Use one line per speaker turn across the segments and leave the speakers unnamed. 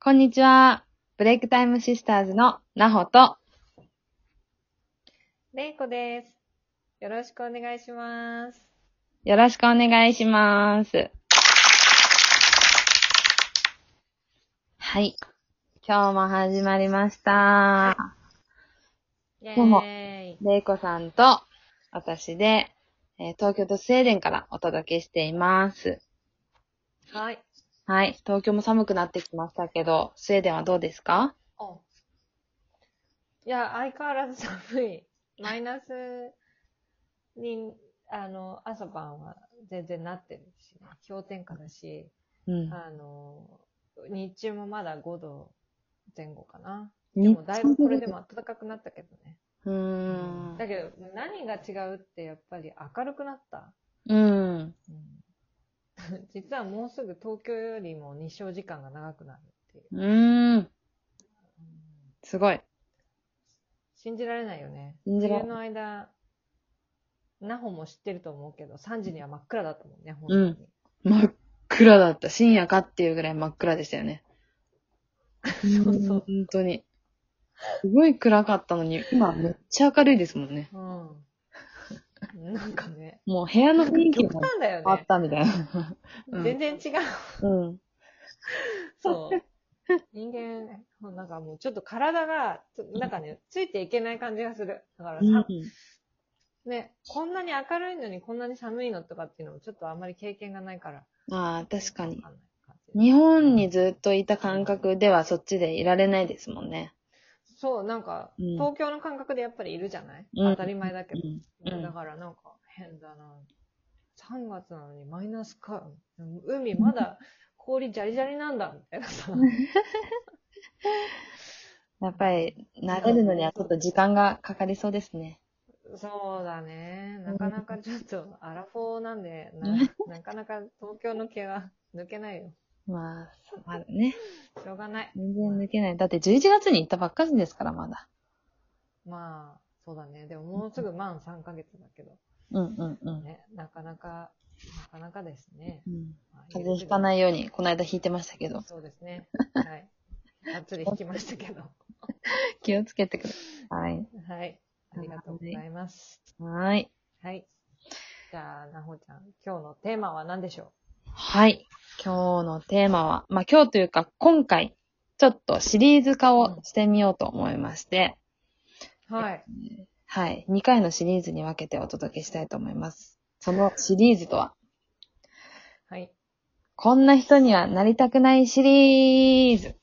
こんにちは。ブレイクタイムシスターズのなほと。
れいこです。よろしくお願いします。
よろしくお願いします。はい。今日も始まりました。
イェ
どうも
ーイ。
れいこさんと私で、えー東京とスウェーデンからお届けしています。
はい。
はい。東京も寒くなってきましたけど、スウェーデンはどうですか
おいや、相変わらず寒い。マイナスに、あの、朝晩は全然なってるし、氷点下だし、
うん。
あの、日中もまだ5度前後かな。で
日
もだいぶこれでも暖かくなったけどね。
うーん。
だけど、何が違うってやっぱり明るくなった。
うん。
うん 実はもうすぐ東京よりも日照時間が長くなるっていう。
うーん。すごい。
信じられないよね。
信じられ
冬の間、ナホも知ってると思うけど、3時には真っ暗だったもんね、本当
う
に。
ん真っ暗だった。深夜かっていうぐらい真っ暗でしたよね。
そうそうん
本当に。すごい暗かったのに、今めっちゃ明るいですもんね。
うん。 なんかね、
もう部屋の雰囲気
極
が
端だよ
あっ
ね。
たみたいな。うん
全然違う。
うん。
そう。人間、なんかもうちょっと体が、つなんかね、ついていけない感じがする。だからさ、ね、こんなに明るいのにこんなに寒いのとかっていうのもちょっとあんまり経験がないから。
ああ、確かに
わ。んない感じ
日本にずっといた感覚ではそっちでいられないですもんね。
そう、なんか、
うん
東京の感覚でやっぱりいるじゃない、
うん
当たり前だけど。
うん
だからなんか、変だな。3月なのにマイナスか。海まだ氷ジャリジャリなんだ、みたいなさ。
やっぱり慣れるのにはちょっと時間がかかりそうですね。
そうだね。
うん
なかなかちょっと、アラフォーなんで、ななかなか東京の毛が抜けないよ。
まあ、まだね。
しょうがない。
全然抜けない。だって11月に行ったばっかりですから、まだ。
まあ、そうだね。でももうすぐ満3ヶ月だけど、
うんうんうん。
ね、なかなか、なかなかですね。
うん
まあ
風邪ひかないように、この間引いてましたけど、
そうですね。はい。がっつり弾きましたけど。
気をつけてください。
はい。ありがとうございます。
はーい。
はい。じゃあ、なほちゃん、今日のテーマは何でしょ
はい。今日のテーマは、まあ今日というか今回、ちょっとシリーズ化をしてみようと思いまして、
うはい。
はい。2回のシリーズに分けてお届けしたいと思います。そのシリーズとは、
はい。
こんな人にはなりたくないシリーズ。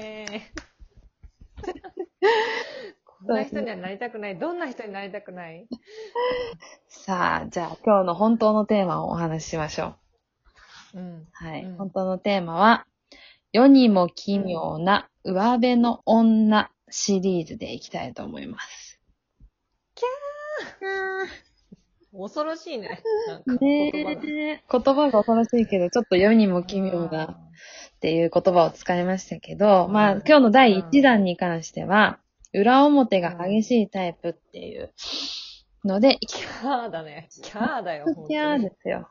イエーイ。こんな人にはなりたくない。どんな人になりたくない
さあ、じゃあ今日の本当のテーマをお話ししましょう。
うん。
はい。
うん
本当のテーマは、世にも奇妙な上辺の女シリーズでいきたいと思います。
恐ろしいね。なんか
ね
言葉が。
え言葉が恐ろしいけど、ちょっと世にも奇妙なっていう言葉を使いましたけど、
うん
まあ今日の第1弾に関しては、裏表が激しいタイプっていうので、
キャーだね。キャーだよ。本当に
キャーですよ。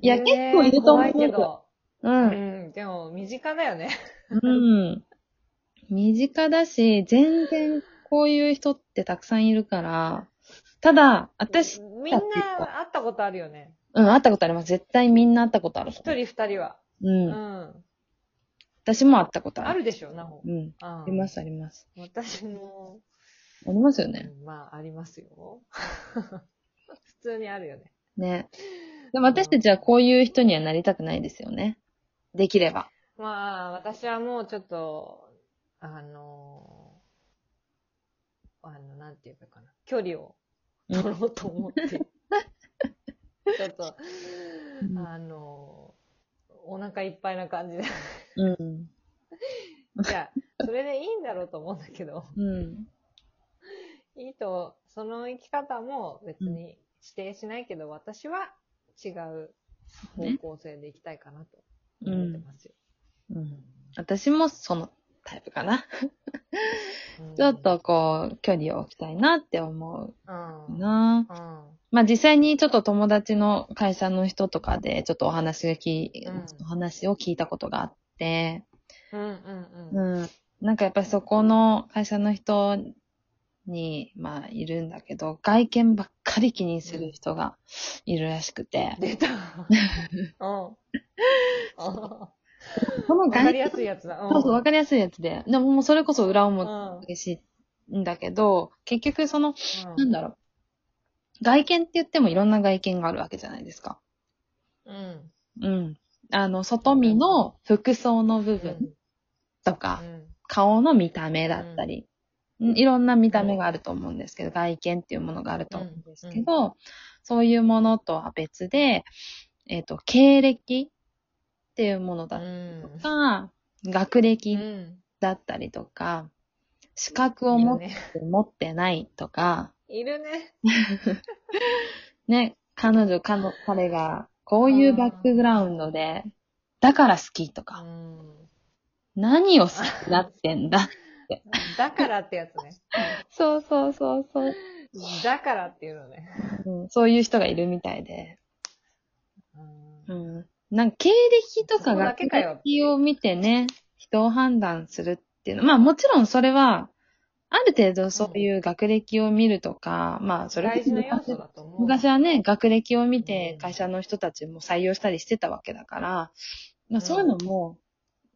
いや、
ね
結構いると思う
怖
け
いけ
ど。
ど。
う。
うんん。でも、身近だよね。
うん。身近だし、全然こういう人ってたくさんいるから、ただ、私、
みんな会ったことあるよね。
うん、会ったことあります。絶対みんな会ったことある。
一人二人は。
う。
うんん。
私も会ったことあ
あ
る。
るでしょ、なほ。
うん。
あ
あります、あります。
私も、
ありますよ
う
ね。
んまあ、ありますよ。 普通にあるよね。
ね。でも私たちはこういう人にはなりたくないですよね。できれば。
まあ、私はもうちょっと、あの、あの、なんて言えばいいかな。距離を取ろうと思って。ちょっと、
うん
あの、お腹いっぱいな感じで。
うん。
いや、それでいいんだろうと思うんだけど。
うん。
いいと、その生き方も別に指定しないけど、私は違う方向性でいきたいかなと思ってますよ。
うん。私もそのタイプかな。
うん
ちょっ、とこう、距離を置きたいなって思
う。
うん
うん。
な。まあ実際にちょっと友達の会社の人とかで、ちょっとお話がき、
うん
お話を聞いたことがあって、
うんうんうん。
うん。なんかやっぱりそこの会社の人に、まあいるんだけど、外見ばっかり気にする人がいるらしくて、
出 た。うん。
この
わか
外
り
見
や、すいやつだ。ん
そうそう、わかりやすいやつで、でももうそれこそ裏
う
表
んうん
激しいんだけど、結局その、なんだろう、外見って言ってもいろんな外見があるわけじゃないですか。
うん。
うん。あの、外見の服装の部分とか、顔の見た目だったり、うんいろんな見た目があると思うんですけど、外見っていうものがあると思うんですけど、そういうものとは別で、えっ、と、経歴っていうものだ
う
ったり
ん。
とか、学
う
歴
ん。
だったりとか、資格を持って
ね。
持ってないとか、
いるね。
ね、彼女、彼の彼が、こういうバックグラウンドで、だから好きとか、
うん
何を好きになってんだ。
だからってやつね。
そうそうそうそう、
だからっていうのね。
うんそういう人がいるみたいで。
うん
うん。なんか経歴とか
そこだ
学
けかよ
歴を見てね、人を判断するっていうのは、まあもちろんそれは、ある程度そういう学歴を見るとか、まあそれこそ
大事な要素だと思う。
昔はね、学歴を見て
うん
会社の人たちも採用したりしてたわけだから、ま
う
あ、
ん
そういうのも、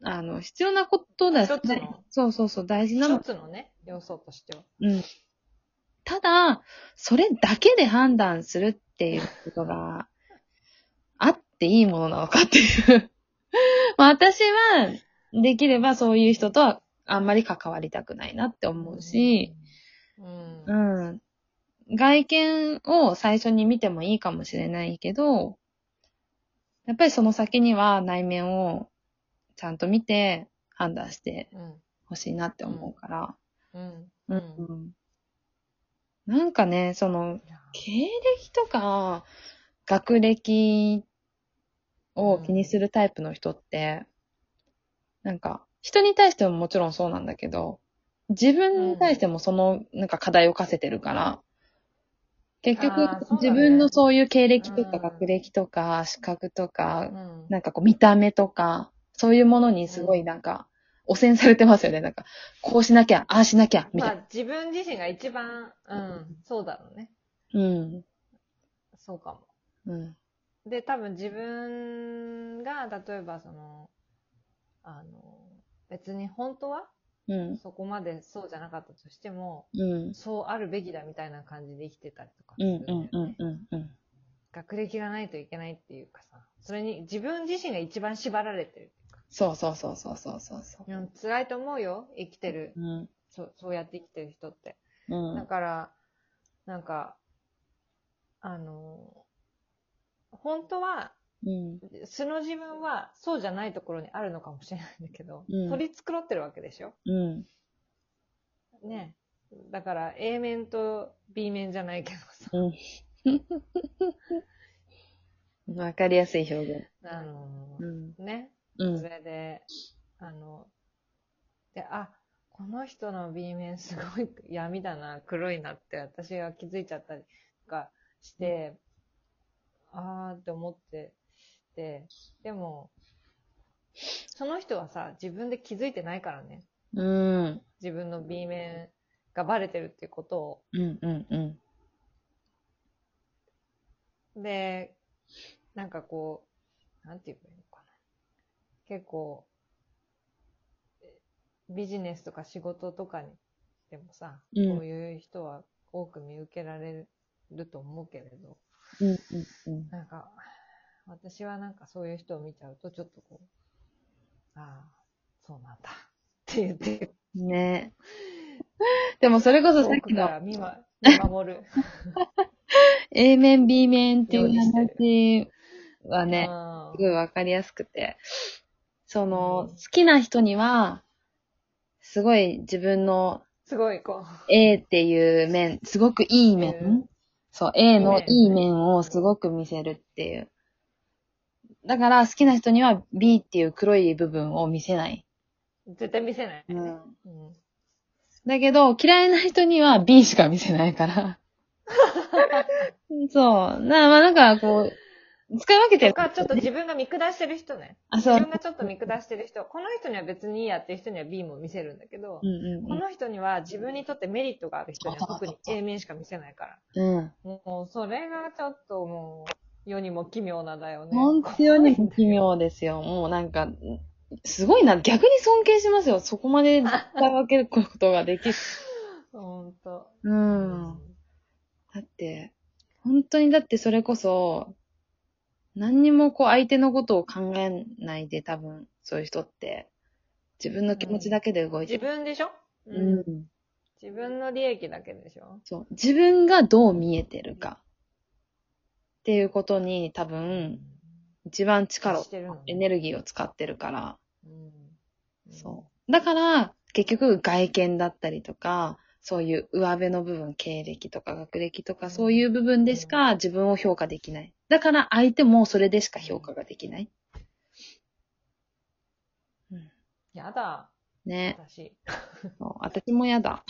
あの、必要なことだし、
一つの
そうそうそう、大事な
一
の。
つのね、要素としては。
うん。ただ、それだけで判断するっていうことが、あっていいものなのかっていう。 まあ、私は、できればそういう人とはあんまり関わりたくないなって思うし、
うん、うん。
うん。外見を最初に見てもいいかもしれないけど、やっぱりその先には内面をちゃんと見て判断して
うん。
ほしいなって思うから。
うん。
う。
うんん。
なんかね、その、
いや
経歴とか、学歴を気にするタイプの人って、なんか、人に対してももちろんそうなんだけど、自分に対してもその、なんか課題を課せてるから、結局
あー、そうだね
自分のそういう経歴と
う
か
ん
学歴とか、資格とか、
うん
なんかこう見た目とか、そういうものにすごいなんか、汚染されてますよね。なんか、こうしなきゃ、ああしなきゃ、み
ま
たい
あ自分自身が一番、うん、そうだろうね。
な。うん。
そうかも。
うん。
で、多分自分が、例えばその、あの、別に本当は
うん。
そこまでそうじゃなかったとしても、
うん。
そうあるべきだみたいな感じで生きてたりとかす
う
る
ん
んだ
う
よ
ん
ね
うんうんうん。
学歴がないといけないっていうかさ、それに自分自身が一番縛られてる。
そうそうそうそうそうそうそう。
うん辛いと思うよ、生きてる、
うん。
そうそうやって生きてる人って。
う
だ
ん。
から、なんか、あの、本当は、
うん。
素の自分はそうじゃないところにあるのかもしれないんだけど、
うん
取り繕ってるわけでしょ
うん。
ね。だから、A 面と B 面じゃないけどさ、
うん。わかりやすい表現。
あの
う、ん。
ね。
うん
そ。れで、あの、で、あ、この人の B 面すごい闇だな、黒いなって私が気づいちゃったりとかして、あーって思ってて、でも、その人はさ、自分で気づいてないからね。
うん。
自分の B 面がバレてるっていうことを。
うん。うん。うん。
で、なんかこう、なんて言えばいいのかな。結構、えビジネスとか仕事とかにでもさ、
うん
こういう人は多く見受けられると思うけれど、
うん。うん。
なんか、私はなんかそういう人を見ちゃうと、ちょっとこう、ああ、そうなんだ。って言って、
ねでもそれこそさっき
奥か
の
ら 見,、ま、見守る。
A 面 B 面っていう話はね、
う
す
ん
ごいわかりやすくて、その、
う
好
ん
きな人には、すごい自分の
すごい、こ、
A っていう面、すごくいいう面、
うん
そう、A の
い
い
い
い
面
面をすごく見せるっていう。だから好きな人には B っていう黒い部分を見せない。
絶対見せない。うん
だけど嫌いな人には B しか見せないから。そう。な、まあなんかこう、使い分けて
とか、ちょっと自分が見下してる人ね。
あ、そう
自分。がちょっと見下してる人。この人には別にいいやっていう人には B も見せるんだけど
う、ん
この人には自分にとってメリットがある人には特に A 面しか見せないから。
うんうん。うん。
もう、それがちょっともう、世にも奇妙なだよね。
本当に奇妙ですよ。もうなんか、すごいな。逆に尊敬しますよ。そこまで使い分けることができる。
本当。
う。。
うん
だって、本当にだってそれこそ、何にもこう相手のことを考えないで多分、そういう人って、自分の気持ちだけで動いて
自
る。
分でしょ
うん。
自分の利益だけでしょ
そう。自分がどう見えてるか。っていうことに多分、一番力を
し、てるの
エ
ね
ネルギーを使ってるから。
うん
そう。だから、結局外見だったりとか、そういう上辺の部分、経歴とか学歴と
う
か、
ん
そういう部分でしか自分を評価できない。だから相手もそれでしか評価ができない。
う。やだ、
ね。
私。
そう私もや だ。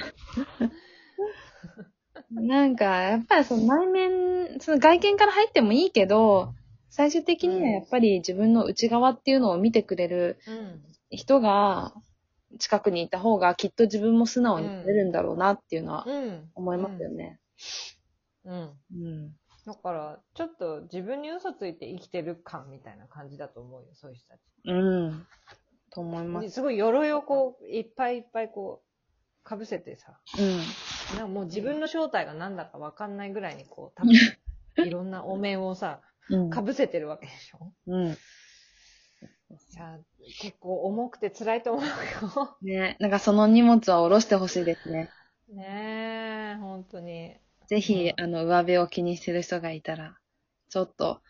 なんか、やっぱりその内面、その外見から入ってもいいけど、最終的にはやっぱり自分の内側っていうのを見てくれる
うん。
人が近くにいた方がきっと自分も素直になれるんだろうなっていうのは
うん。
思いますよね。
うん。
うん。
だから、ちょっと自分に嘘ついて生きてる感みたいな感じだと思うよ、そういう人たち。
うん。と思います。
すごい鎧をこう、いっぱいいっぱいこう、かぶせてさ、
うん。
なんかもう自分の正体が何だかわかんないぐらいにこう、多分、いろんなお面をさ、
うん。
かぶせてるわけでしょ
うん。
いや、結構重くて辛いと思うよ。
ね。なんかその荷物は下ろしてほしいですね。
ねえ、本当に。
ぜひ、
う
あの、上辺を気にしてる人がいたら、ちょっと、